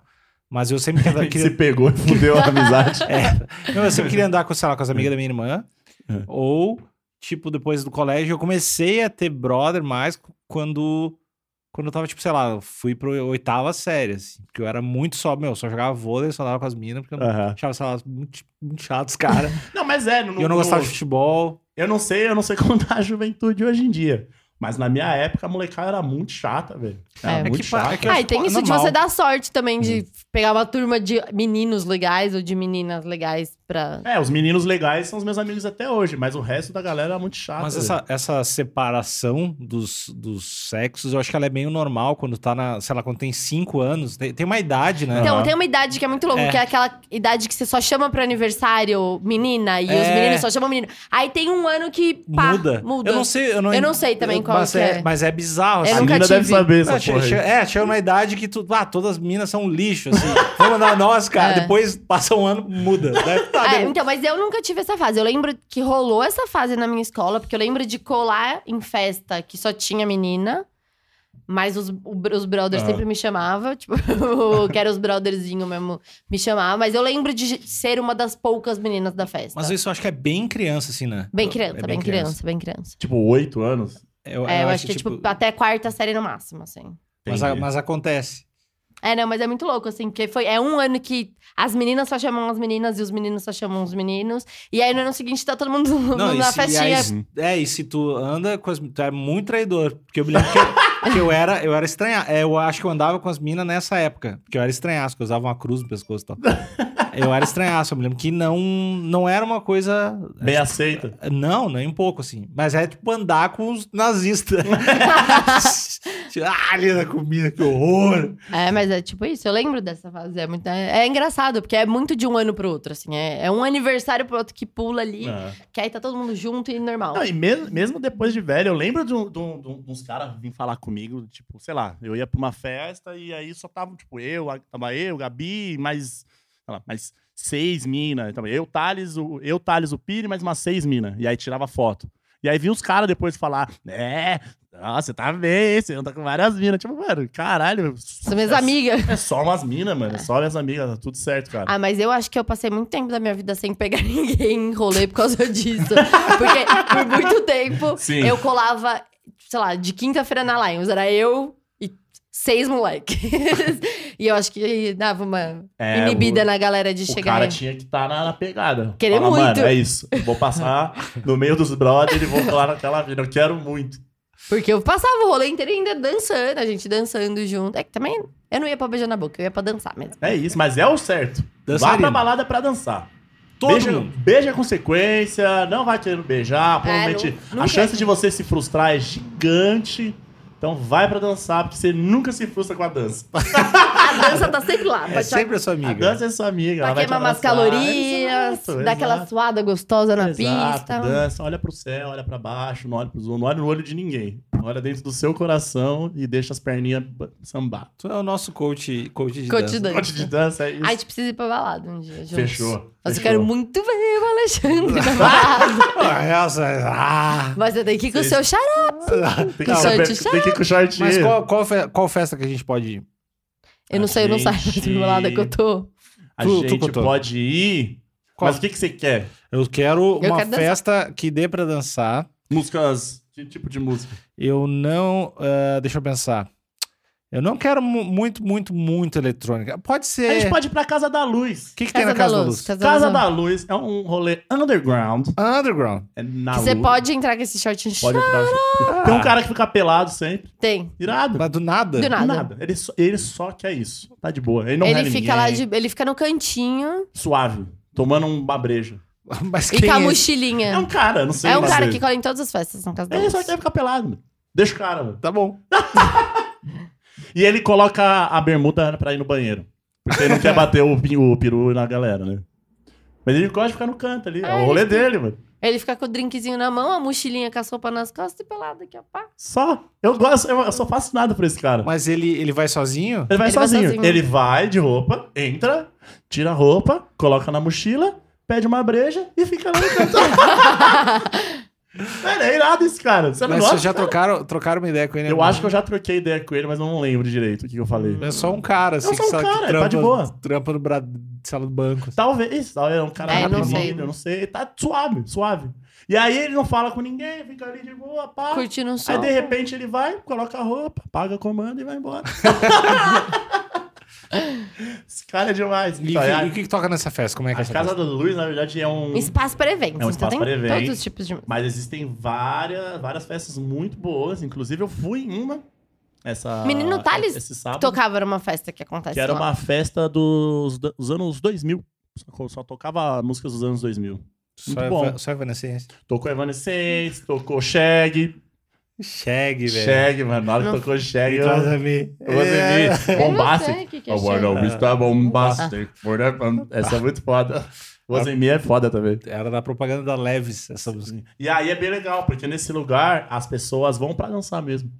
Speaker 4: Mas eu sempre tentava-
Speaker 3: Que se
Speaker 4: queria,
Speaker 3: pegou e fudeu a amizade.
Speaker 2: É.
Speaker 4: não, eu sempre queria andar com, sei lá, com as amigas da minha irmã.
Speaker 3: Uhum.
Speaker 4: Ou, tipo, depois do colégio, eu comecei a ter brother mais quando quando eu tava, tipo, sei lá, eu fui pro oitava série, assim. Porque eu era muito só, meu, só jogava vôlei, só andava com as minas, porque eu não
Speaker 3: Aham.
Speaker 4: achava, sei lá, muito, muito chato os caras.
Speaker 3: Não, mas é.
Speaker 4: e eu não gostava de futebol.
Speaker 3: Eu não sei, eu não sei como tá a juventude hoje em dia. Mas na minha época, a molecada era muito chata, velho. Era
Speaker 2: É. É
Speaker 3: muito
Speaker 4: que pa-
Speaker 3: chata.
Speaker 4: é que-
Speaker 2: Ah, e tem isso de
Speaker 4: normal. Hum.
Speaker 2: você dar sorte também, de pegar uma turma de meninos legais ou de meninas legais pra.
Speaker 3: É, os meninos legais são os meus amigos até hoje, mas o resto da galera era muito chata.
Speaker 4: Mas
Speaker 3: velho.
Speaker 4: essa, essa separação dos, dos sexos, eu acho que ela é meio normal quando tá na, sei lá, quando tem cinco anos. Tem, tem uma idade, né?
Speaker 2: Então,
Speaker 3: Aham.
Speaker 2: tem uma idade que é muito louca,
Speaker 4: É.
Speaker 2: que é aquela idade que você só chama pro aniversário menina e os
Speaker 4: É.
Speaker 2: meninos só chamam menino. Aí tem um ano que pá,
Speaker 4: muda.
Speaker 2: muda.
Speaker 4: Eu não sei, eu não,
Speaker 2: Eu não sei também qual
Speaker 4: mas
Speaker 2: que é.
Speaker 4: Mas é bizarro,
Speaker 2: Eu
Speaker 3: a
Speaker 4: assim.
Speaker 2: nunca
Speaker 3: mina
Speaker 2: tive.
Speaker 3: deve saber essa
Speaker 4: Não, chega,
Speaker 3: porra.
Speaker 4: chega- é, chega uma idade que tu. Ah, todas as minas são um lixo, assim. Vamos mandar nós, cara.
Speaker 2: É.
Speaker 4: Depois passa um ano, muda. Né? Tá,
Speaker 2: É,
Speaker 4: deu-
Speaker 2: então, mas eu nunca tive essa fase. Eu lembro que rolou essa fase na minha escola, porque eu lembro de colar em festa que só tinha menina, mas os, o- os brothers
Speaker 3: Ah.
Speaker 2: sempre me chamavam, tipo, que era os brotherzinho mesmo, me chamavam. Mas eu lembro de ser uma das poucas meninas da festa.
Speaker 4: Mas isso eu acho que é bem criança, assim, né?
Speaker 2: Bem criança, tá
Speaker 4: É
Speaker 2: bem, criança, bem criança.
Speaker 3: Tipo, oito anos.
Speaker 4: Eu,
Speaker 2: tipo,
Speaker 4: tipo,
Speaker 2: É, eu acho que, tipo, até quarta série no máximo, assim.
Speaker 4: mas, a- mas acontece.
Speaker 2: É, não, mas é muito louco, assim, porque foi, é um ano que as meninas só chamam as meninas e os meninos só chamam os meninos. E aí no ano seguinte tá todo mundo
Speaker 4: Não, e
Speaker 2: na
Speaker 4: se- e aí-
Speaker 2: festinha.
Speaker 4: é, e se tu anda com as. Tu é muito traidor. Porque eu me lembro que eu, que eu era, eu era estranha. é, Eu acho que eu andava com as minas nessa época. Porque eu era estranhaço, que eu usava uma cruz no pescoço e tal. Eu era estranhaço, eu me lembro que não, não era uma coisa.
Speaker 3: Bem aceita.
Speaker 4: Não, nem um pouco, assim. Mas é tipo andar com os nazistas. ah, ali na comida, que horror!
Speaker 2: É, mas é tipo isso, eu lembro dessa fase. É, muito, é, é engraçado, porque é muito de um ano pro outro, assim. É, é um aniversário pro outro que pula ali, que aí tá todo mundo junto e normal.
Speaker 3: É. Não, e mesmo, mesmo depois de velho, eu lembro de, um- de um- de um- de uns caras vir falar comigo, tipo, sei lá, eu ia pra uma festa e aí só tava, tipo, eu, a- tava eu, Gabi, mais, sei lá, mais seis mina, tava eu, Thales, o, eu, Thales, o Pire, mais umas seis mina, e aí tirava foto. E aí vi os caras depois falar, é, nossa, você tá bem, você anda com várias minas, tipo, mano, caralho.
Speaker 2: São minhas amigas.
Speaker 3: É só umas minas, mano, é só minhas amigas, tá tudo certo, cara.
Speaker 2: Ah, mas eu acho que eu passei muito tempo da minha vida sem pegar ninguém em rolê por causa disso. Porque por muito tempo
Speaker 3: Sim.
Speaker 2: eu colava, sei lá, de quinta-feira na Lions. Era eu e seis moleques. e eu acho que dava uma
Speaker 3: É,
Speaker 2: inibida na galera de
Speaker 3: O
Speaker 2: chegar.
Speaker 3: cara tinha que estar na, na pegada.
Speaker 2: Querer muito.
Speaker 3: Mano, é isso. Vou passar no meio dos brothers e vou falar naquela vida. Eu quero muito.
Speaker 2: Porque eu passava o rolê inteiro ainda dançando, a gente dançando junto. É que também eu não ia pra beijar na boca, eu ia pra dançar mesmo.
Speaker 3: É isso, mas é o certo. Vá
Speaker 4: Dançarino.
Speaker 3: pra balada pra dançar.
Speaker 4: Todo
Speaker 3: beija,
Speaker 4: mundo.
Speaker 3: beija com sequência, não vai querendo
Speaker 2: É,
Speaker 3: beijar. Provavelmente
Speaker 2: não- não
Speaker 3: a
Speaker 2: quer.
Speaker 3: chance de você se frustrar é gigante. Então vai pra dançar, porque você nunca se frustra com a dança.
Speaker 2: A dança tá sempre lá,
Speaker 4: É
Speaker 2: pra,
Speaker 4: sempre a sua
Speaker 3: A
Speaker 4: amiga.
Speaker 3: dança é sua amiga.
Speaker 2: pra
Speaker 3: ela vai te
Speaker 2: queimar umas
Speaker 3: abraçar. É
Speaker 2: calorias,
Speaker 3: Exato,
Speaker 2: dar aquela
Speaker 3: exato.
Speaker 2: suada gostosa na
Speaker 3: Exato,
Speaker 2: pista.
Speaker 3: dança, olha pro céu, olha pra baixo, não olha pro zoom, não olha no olho de ninguém. Olha dentro do seu coração e deixa as perninhas ba- sambar.
Speaker 4: Tu é o nosso coach, coach de dança.
Speaker 2: Coach de
Speaker 3: Um
Speaker 2: dança.
Speaker 3: monte de dança é isso.
Speaker 2: A gente precisa ir pra balada um dia, juntos.
Speaker 3: Fechou.
Speaker 2: Mas eu
Speaker 3: fechou.
Speaker 2: quero muito ver o Alexandre na balada.
Speaker 4: Ah, essa- ah.
Speaker 2: Mas você tem que ir com o seu xará.
Speaker 3: Tem que,
Speaker 2: Com
Speaker 3: saber-
Speaker 2: short,
Speaker 3: tem que ir com short.
Speaker 4: Mas qual, qual, fe- qual festa que a gente pode ir?
Speaker 2: Eu não sei, eu não saio mais
Speaker 3: gente-
Speaker 2: pra balada que eu tô.
Speaker 3: A
Speaker 4: Tu- tu
Speaker 3: gente
Speaker 4: contou.
Speaker 3: pode ir.
Speaker 4: Qual?
Speaker 3: Mas o que, que você quer?
Speaker 4: Eu quero uma
Speaker 2: quero dançar.
Speaker 4: festa que dê pra dançar.
Speaker 3: Músicas. Que tipo de música?
Speaker 4: Eu não. ah, deixa eu pensar. Eu não quero mu- muito, muito, muito eletrônica. Pode
Speaker 3: A gente
Speaker 2: É.
Speaker 4: ser. O
Speaker 3: pode ir pra Casa da Luz.
Speaker 4: que, que tem na Casa da Luz?
Speaker 3: Casa da Luz é um rolê underground.
Speaker 4: Underground.
Speaker 3: é na
Speaker 2: Que Você
Speaker 3: luz.
Speaker 2: pode entrar com esse short
Speaker 3: Pode entrar. Tem um cara que fica pelado sempre.
Speaker 2: Tem.
Speaker 3: Irado.
Speaker 4: Mas do nada.
Speaker 2: Do nada.
Speaker 3: Ele, só, ele só quer isso. Tá de boa. Ele não
Speaker 2: Ele
Speaker 3: rela
Speaker 2: fica lá
Speaker 3: ninguém.
Speaker 2: de. Ele fica no cantinho
Speaker 3: Suave. Tomando um babrejo.
Speaker 4: Mas
Speaker 2: e
Speaker 4: quem
Speaker 2: com a
Speaker 4: é?
Speaker 2: mochilinha.
Speaker 3: É um cara, não sei.
Speaker 2: É um
Speaker 3: mas
Speaker 2: cara
Speaker 3: ele-
Speaker 2: que cola em todas as festas na casa da
Speaker 3: Ele
Speaker 2: Luz.
Speaker 3: só quer ficar pelado. mano. Deixa o cara, mano.
Speaker 4: Tá bom.
Speaker 3: E ele coloca a bermuda pra ir no banheiro. Porque ele não quer bater o, pi- o peru na galera, né? Mas ele gosta de ficar no canto ali. É
Speaker 2: Ah,
Speaker 3: o rolê dele, mano.
Speaker 2: Ele fica com o drinkzinho na mão, a mochilinha com a sopa nas costas e pelado aqui, ó. Pá.
Speaker 3: Só. Eu gosto, eu, eu sou fascinado por esse cara.
Speaker 4: Mas ele, ele vai sozinho?
Speaker 2: Ele
Speaker 3: Ele vai,
Speaker 2: vai
Speaker 3: sozinho.
Speaker 2: sozinho.
Speaker 3: Ele vai de roupa, entra, tira a roupa, coloca na mochila, pede uma breja e fica lá no canto. Mano, é irado esse cara. Você não
Speaker 4: Mas
Speaker 3: gosta?
Speaker 4: vocês já trocaram, trocaram uma ideia com ele? né?
Speaker 3: Eu acho que eu já troquei ideia com ele, mas eu não lembro direito o que eu falei.
Speaker 4: É só um cara, assim,
Speaker 3: só um
Speaker 4: que, sabe, que
Speaker 3: cara, tá
Speaker 4: trampa,
Speaker 3: de boa.
Speaker 4: trampa no bra... sala do banco. assim.
Speaker 3: Talvez, talvez é um cara
Speaker 2: É, eu não
Speaker 3: rapidinho,
Speaker 2: sei.
Speaker 3: eu não sei. Tá suave, suave. E aí ele não fala com ninguém, fica ali de boa, pá.
Speaker 2: Curtindo um o sol.
Speaker 3: Ah, Aí de repente ele vai, coloca a roupa, paga a comanda e vai embora. Esse cara é demais.
Speaker 4: E,
Speaker 3: Então, é
Speaker 4: o
Speaker 3: a,
Speaker 4: que- e o que, que toca nessa festa? Como é
Speaker 3: a
Speaker 4: que é essa
Speaker 3: Casa
Speaker 4: festa?
Speaker 3: da Luz, na verdade, é um.
Speaker 2: Um espaço para eventos.
Speaker 3: É
Speaker 2: então
Speaker 3: um espaço
Speaker 2: tem
Speaker 3: para eventos.
Speaker 2: todos os tipos de.
Speaker 3: Mas existem várias, várias festas muito boas. Inclusive, eu fui em uma. Essa,
Speaker 2: Menino tá Thales
Speaker 3: esse sábado,
Speaker 2: Tocava numa festa que acontece
Speaker 3: que era
Speaker 2: lá.
Speaker 3: uma festa dos, dos anos 2000. Só, só tocava músicas dos anos 2000.
Speaker 4: só,
Speaker 3: muito bom.
Speaker 4: eva- só Evanescence.
Speaker 3: Tocou Evanescence, tocou Shag.
Speaker 4: Chegue, velho. Então,
Speaker 3: Shag, mano. Na hora que
Speaker 2: Não.
Speaker 3: tocou Shag, eu,
Speaker 4: Traz a mim.
Speaker 3: eu gostei disso.
Speaker 2: Eu não sei
Speaker 3: Bombastic.
Speaker 2: o que Ah. que é
Speaker 3: O
Speaker 2: cheiro.
Speaker 3: Warnow
Speaker 4: tá
Speaker 3: está bombastic. Essa é muito foda.
Speaker 4: Ah.
Speaker 3: Wozemir é foda também.
Speaker 4: Era da propaganda da Leves, essa música.
Speaker 3: E aí é bem legal, porque nesse lugar as pessoas vão pra dançar mesmo.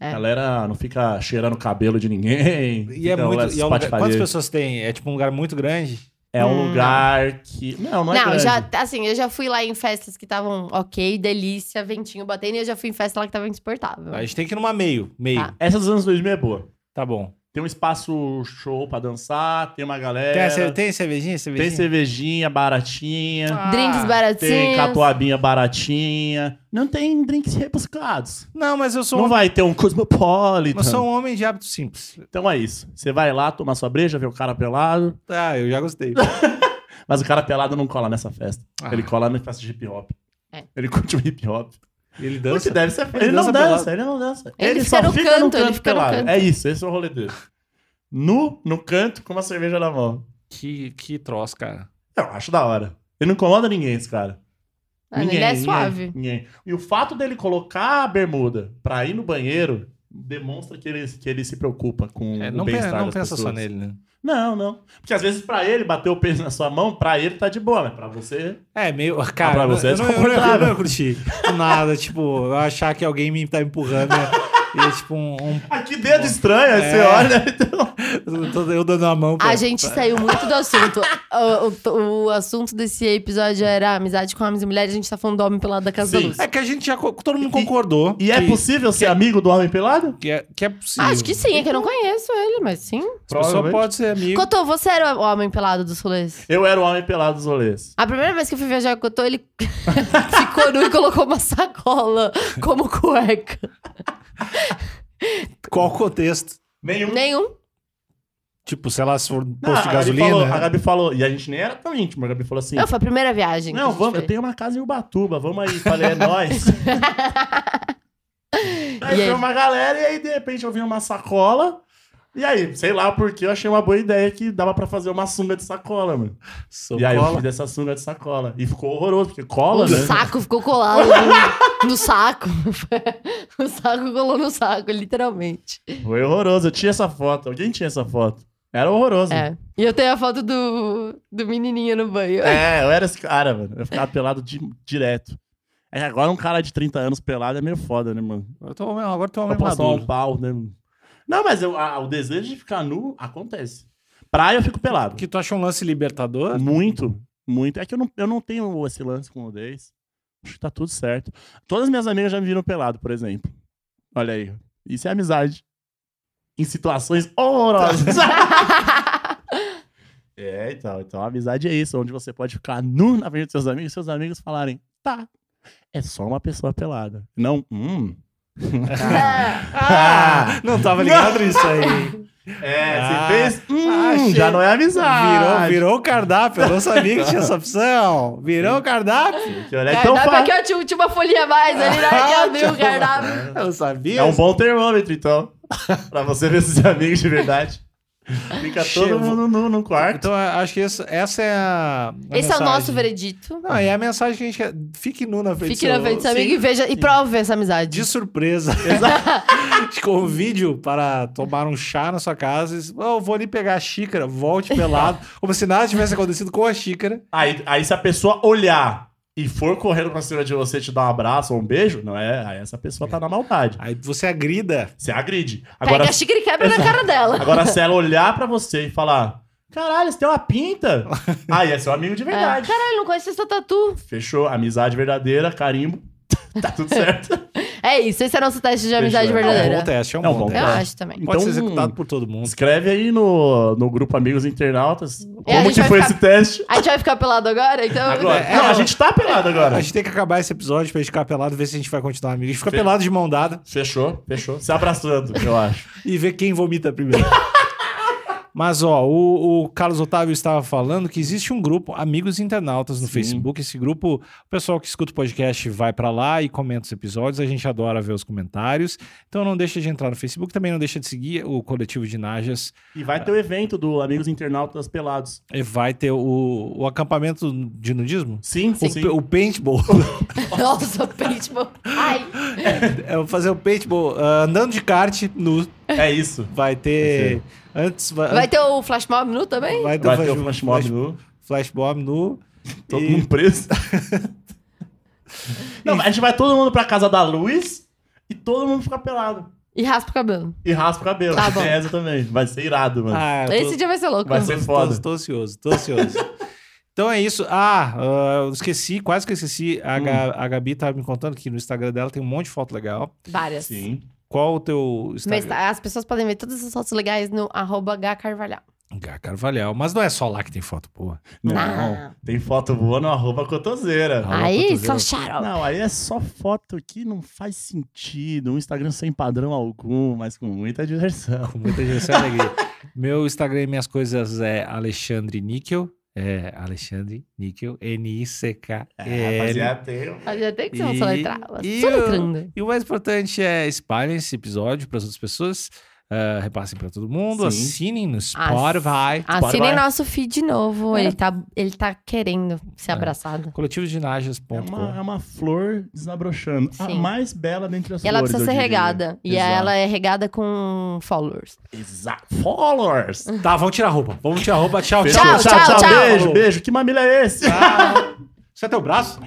Speaker 2: É.
Speaker 3: A galera não fica cheirando o cabelo de ninguém.
Speaker 4: E é
Speaker 3: fica
Speaker 4: muito.
Speaker 3: nessas
Speaker 4: E é um lugar, quantas
Speaker 3: patifarias.
Speaker 4: pessoas tem? É tipo um lugar muito grande?
Speaker 3: É um
Speaker 2: Hum,
Speaker 3: lugar que. Não, não é
Speaker 2: Não,
Speaker 3: grande.
Speaker 2: já, assim, eu já fui lá em festas que estavam ok, delícia, ventinho batendo, e eu já fui em festa lá que tava insuportável.
Speaker 4: A gente tem que ir numa meio. Meio.
Speaker 2: Tá.
Speaker 4: Tá,
Speaker 3: Essa dos anos 2000 é boa.
Speaker 4: bom.
Speaker 3: Tem um espaço show pra dançar, tem uma galera.
Speaker 4: Tem, a
Speaker 3: Tem,
Speaker 4: ce- tem cervejinha? cervejinha?
Speaker 3: cervejinha baratinha,
Speaker 4: Ah,
Speaker 2: Drinks baratinhos.
Speaker 3: tem catuabinha baratinha. Não tem drinks rebuscados.
Speaker 4: Não, mas eu sou,
Speaker 3: Não
Speaker 4: um,
Speaker 3: vai ter um Cosmopolitan.
Speaker 4: eu sou um homem de hábito simples.
Speaker 3: Então é isso. Você vai lá tomar sua breja, vê o cara pelado.
Speaker 4: Tá, eu já gostei.
Speaker 3: Mas o cara pelado não cola nessa festa.
Speaker 4: Ah.
Speaker 3: Ele cola na festa de hip hop.
Speaker 2: É.
Speaker 3: Ele curte o hip hop.
Speaker 4: Ele
Speaker 3: O que
Speaker 4: dança.
Speaker 3: deve ser Ele,
Speaker 4: Ele
Speaker 3: não
Speaker 4: dança
Speaker 3: dança,
Speaker 4: pelado.
Speaker 3: ele não dança.
Speaker 2: Ele fica no canto, ele fica no
Speaker 3: pelado.
Speaker 2: canto.
Speaker 3: É isso, esse é o rolê dele. Nu, no canto, com uma cerveja na mão.
Speaker 4: Que, que troço, cara.
Speaker 3: Eu acho da hora. Ele não incomoda ninguém, esse cara.
Speaker 2: Mano,
Speaker 3: ninguém,
Speaker 2: ele é
Speaker 3: ninguém,
Speaker 2: suave.
Speaker 3: ninguém. E o fato dele colocar a bermuda pra ir no banheiro demonstra que ele, que ele se preocupa com
Speaker 4: É,
Speaker 3: o
Speaker 4: não pe-
Speaker 3: bem-estar
Speaker 4: não
Speaker 3: das
Speaker 4: pensa
Speaker 3: pessoas.
Speaker 4: só nele, né?
Speaker 3: Não, não. Porque às vezes pra ele bater o peso na sua mão, pra ele tá de boa, mas pra você.
Speaker 4: É, meio. Cara,
Speaker 3: pra você é
Speaker 4: eu, não, eu, não, eu
Speaker 3: desconfortável.
Speaker 4: não curti nada, tipo, eu achar que alguém me tá empurrando. né? E, tipo, um. um-
Speaker 3: Aqui dedo estranho, aí você
Speaker 4: É.
Speaker 3: olha.
Speaker 4: eu tô- eu dando a mão pra.
Speaker 2: A gente saiu muito do assunto. O, o- o assunto desse episódio era amizade com homens e mulheres. A gente tá falando do homem pelado da Casa
Speaker 3: Sim.
Speaker 2: da Luz.
Speaker 4: É que a gente já. co- Todo mundo concordou.
Speaker 3: E é
Speaker 4: que-
Speaker 3: possível ser amigo do homem pelado?
Speaker 4: Que é, que é possível.
Speaker 2: Acho que sim, é que eu não
Speaker 3: Então.
Speaker 2: conheço ele, mas sim.
Speaker 4: As pessoas
Speaker 3: Provavelmente.
Speaker 4: podem ser amigos.
Speaker 2: Cotô, você era o homem pelado dos rolês?
Speaker 3: Eu era o homem pelado dos rolês.
Speaker 2: A primeira vez que eu fui viajar com o Cotô, ele ficou nu e colocou uma sacola como cueca.
Speaker 4: Qual o contexto?
Speaker 3: Nenhum.
Speaker 2: Nenhum.
Speaker 4: Tipo, sei lá, se for um
Speaker 3: Não,
Speaker 4: posto de
Speaker 3: a Gabi falou- a
Speaker 4: gasolina.
Speaker 3: Gabi falou, e a gente nem era tão íntimo, a Gabi falou assim.
Speaker 2: Não, foi a primeira viagem. que a
Speaker 3: Não,
Speaker 2: gente
Speaker 3: vamos,
Speaker 2: fez.
Speaker 3: eu tenho uma casa em Ubatuba, vamos aí. Falei, é nóis. aí
Speaker 2: E aí?
Speaker 3: foi uma galera, e aí de repente eu vi uma sacola. E aí, sei lá porque eu achei uma boa ideia que dava pra fazer uma sunga de sacola, mano. E aí eu
Speaker 4: Socola.
Speaker 3: fiz essa sunga de sacola. E ficou horroroso, porque cola,
Speaker 2: O
Speaker 3: né?
Speaker 2: saco ficou colado no, no saco. o saco colou no saco, literalmente.
Speaker 3: Foi horroroso. Eu tinha essa foto. Alguém tinha essa foto. Era horroroso.
Speaker 2: É. E eu tenho a foto do, do menininho no banho.
Speaker 3: É, eu era esse cara, mano. Eu ficava pelado di- direto. É que agora um cara de 30 anos pelado é meio foda, né, mano?
Speaker 4: Eu tô, agora eu tô
Speaker 3: Pra
Speaker 4: é homem
Speaker 3: passar um
Speaker 4: maduro.
Speaker 3: pau, né? mano? Não, mas eu- a- o desejo de ficar nu acontece. Praia eu fico pelado.
Speaker 4: Que tu acha um lance libertador?
Speaker 3: Muito, muito. É que eu não, eu não tenho esse lance com nudez. Acho que tá tudo certo. Todas as minhas amigas já me viram pelado, por exemplo. Olha aí. Isso é amizade. Em situações horrorosas. é, então. Então a amizade é isso. Onde você pode ficar nu na frente dos seus amigos e seus amigos falarem, tá, é só uma pessoa pelada. Não, hum.
Speaker 4: Ah, não tava ligado nisso aí.
Speaker 3: É,
Speaker 4: Ah,
Speaker 3: você fez, hum,
Speaker 4: achei-
Speaker 3: já não é
Speaker 4: Virou,
Speaker 3: amizade.
Speaker 4: virou o cardápio. Eu não sabia que tinha essa opção. Virou o cardápio.
Speaker 3: Que olha,
Speaker 2: É,
Speaker 3: então
Speaker 2: cardápio
Speaker 3: fa-
Speaker 2: aqui, eu tinha, tinha uma folhinha a mais ali, né? Aqui abriu o cardápio.
Speaker 4: Eu sabia.
Speaker 3: É um bom termômetro, então. pra você ver seus amigos de verdade. Fica
Speaker 4: Chevo.
Speaker 3: todo mundo nu no quarto.
Speaker 4: Então, eu acho que isso- essa é a. a
Speaker 2: Esse é o
Speaker 4: mensagem.
Speaker 2: nosso veredito.
Speaker 4: Não, é a mensagem que a gente quer. Fique nu na frente
Speaker 2: Fique na
Speaker 4: do seu-
Speaker 2: frente do seu amigo
Speaker 3: sim,
Speaker 2: e veja e prove essa amizade.
Speaker 4: De surpresa. Te convide para tomar um chá na sua casa. E, diz, "Oh, eu vou ali pegar a xícara, volte pelado. como se nada tivesse acontecido com a xícara.
Speaker 3: Aí, aí se a pessoa olhar e for correndo pra cima de você te dar um abraço ou um beijo, não é? Aí essa pessoa tá na maldade.
Speaker 4: Aí você agrida.
Speaker 3: Você agride.
Speaker 2: Pega
Speaker 3: Agora,
Speaker 2: a xícara e quebra na
Speaker 3: Exato.
Speaker 2: cara dela.
Speaker 3: agora se ela olhar pra você e falar: Caralho, você tem uma pinta. Aí é seu amigo de
Speaker 2: É.
Speaker 3: verdade.
Speaker 2: Caralho, não conheço essa tatu.
Speaker 3: Fechou. Amizade verdadeira, carimbo. tá tudo certo.
Speaker 2: É isso, esse é nosso teste de amizade
Speaker 3: Fechou.
Speaker 4: É um
Speaker 2: verdadeira.
Speaker 4: bom teste, é um
Speaker 3: É um
Speaker 4: bom,
Speaker 3: bom
Speaker 2: Eu
Speaker 4: teste.
Speaker 3: teste.
Speaker 2: acho também.
Speaker 4: Pode ser
Speaker 3: Então,
Speaker 4: executado por todo mundo.
Speaker 3: Escreve aí no, no grupo Amigos Internautas
Speaker 2: É, a
Speaker 3: como
Speaker 2: gente
Speaker 3: que
Speaker 2: vai
Speaker 3: foi
Speaker 2: ficar-
Speaker 3: esse teste.
Speaker 2: A gente vai ficar pelado agora, então.
Speaker 3: Agora.
Speaker 4: É,
Speaker 3: não,
Speaker 4: é,
Speaker 3: a gente tá pelado agora.
Speaker 4: A gente tem que acabar esse episódio pra gente ficar pelado, ver se a gente vai continuar amigo. A gente fica pelado de mão dada
Speaker 3: Fechou, fechou. Se abraçando, eu acho.
Speaker 4: e ver quem vomita primeiro. Mas, ó, o, o Carlos Otávio estava falando que existe um grupo, Amigos Internautas, no Facebook. Esse grupo, o pessoal que escuta o podcast vai pra lá e comenta os episódios. A gente adora ver os comentários. Então, não deixa de entrar no Facebook. Também não deixa de seguir o coletivo de Najas.
Speaker 3: E vai ter o evento do Amigos Internautas Pelados.
Speaker 4: E vai ter o, o acampamento de nudismo.
Speaker 3: Sim, sim,
Speaker 4: O, pe- o paintball.
Speaker 2: Nossa, paintball. Ai.
Speaker 4: É, Eu vou fazer o paintball ah, andando de kart nu.
Speaker 3: É isso.
Speaker 4: Vai ter. Antes vai,
Speaker 2: Vai ter o flash mob nu também?
Speaker 4: vai
Speaker 3: Vai ter o flash mob nu.
Speaker 4: um flash mob nu.
Speaker 3: Todo
Speaker 4: E-
Speaker 3: mundo preso. Não, a gente vai todo mundo pra casa da luz e todo mundo fica pelado.
Speaker 2: E raspa o cabelo.
Speaker 3: E raspa o cabelo.
Speaker 2: Tá bom.
Speaker 3: Tem essa também. Vai ser irado, mano.
Speaker 4: Ah, eu tô-
Speaker 2: Esse dia vai ser louco.
Speaker 3: É, Vai ser
Speaker 4: tô,
Speaker 3: foda.
Speaker 4: tô ansioso, tô ansioso. então é isso. Ah, ah, eu esqueci,
Speaker 3: Hum.
Speaker 4: tá quase que eu esqueci. A, Ga- a Gabi tava me contando que no Instagram dela tem um monte de foto legal.
Speaker 2: Várias.
Speaker 3: Sim.
Speaker 4: Qual o teu
Speaker 2: Meu
Speaker 4: Instagram?
Speaker 2: Insta- As pessoas podem ver todas as fotos legais no arroba hcarvalhal.
Speaker 4: Gá Carvalhal. Mas não é só lá que tem foto, porra.
Speaker 3: Não,
Speaker 2: Ah.
Speaker 3: tem foto boa no arroba cotoseira.
Speaker 4: Ah,
Speaker 2: Aí,
Speaker 4: cotovelo.
Speaker 2: só xarope.
Speaker 3: Não, aí é só foto que não faz sentido. Um Instagram sem padrão algum, mas com muita diversão.
Speaker 4: Com muita diversão e alegria. Meu Instagram e minhas coisas é Alexandre Níquel. É Alexandre Níquel.
Speaker 2: É,
Speaker 3: É,
Speaker 4: N-I-C-K-E-L.
Speaker 5: tem.
Speaker 2: Fazia até que você não
Speaker 4: E-
Speaker 2: soletrava.
Speaker 4: e
Speaker 2: Soletrando.
Speaker 4: E o mais importante é espalhem esse episódio para as outras pessoas. ah, repassem para todo mundo.
Speaker 3: Sim.
Speaker 4: Assinem no Spotify.
Speaker 2: Ah, Assinem
Speaker 3: Spotify.
Speaker 2: nosso feed novo. Ele tá, ele tá querendo ser abraçado.
Speaker 3: É
Speaker 4: Coletivosdinajas.com.
Speaker 3: uma, é uma flor desabrochando. A
Speaker 2: Sim.
Speaker 3: mais bela dentre as
Speaker 2: E ela
Speaker 3: flores,
Speaker 2: precisa ser
Speaker 3: eu diria.
Speaker 2: regada. E
Speaker 3: Exato.
Speaker 2: ela é regada com followers.
Speaker 3: Exato. Followers!
Speaker 4: Tá, vamos tirar a roupa. Vamos tirar a roupa. Tchau,
Speaker 2: Tchau,
Speaker 4: tchau.
Speaker 2: tchau, tchau.
Speaker 3: Beijo, beijo. Que mamilha é esse?
Speaker 4: Você é teu braço?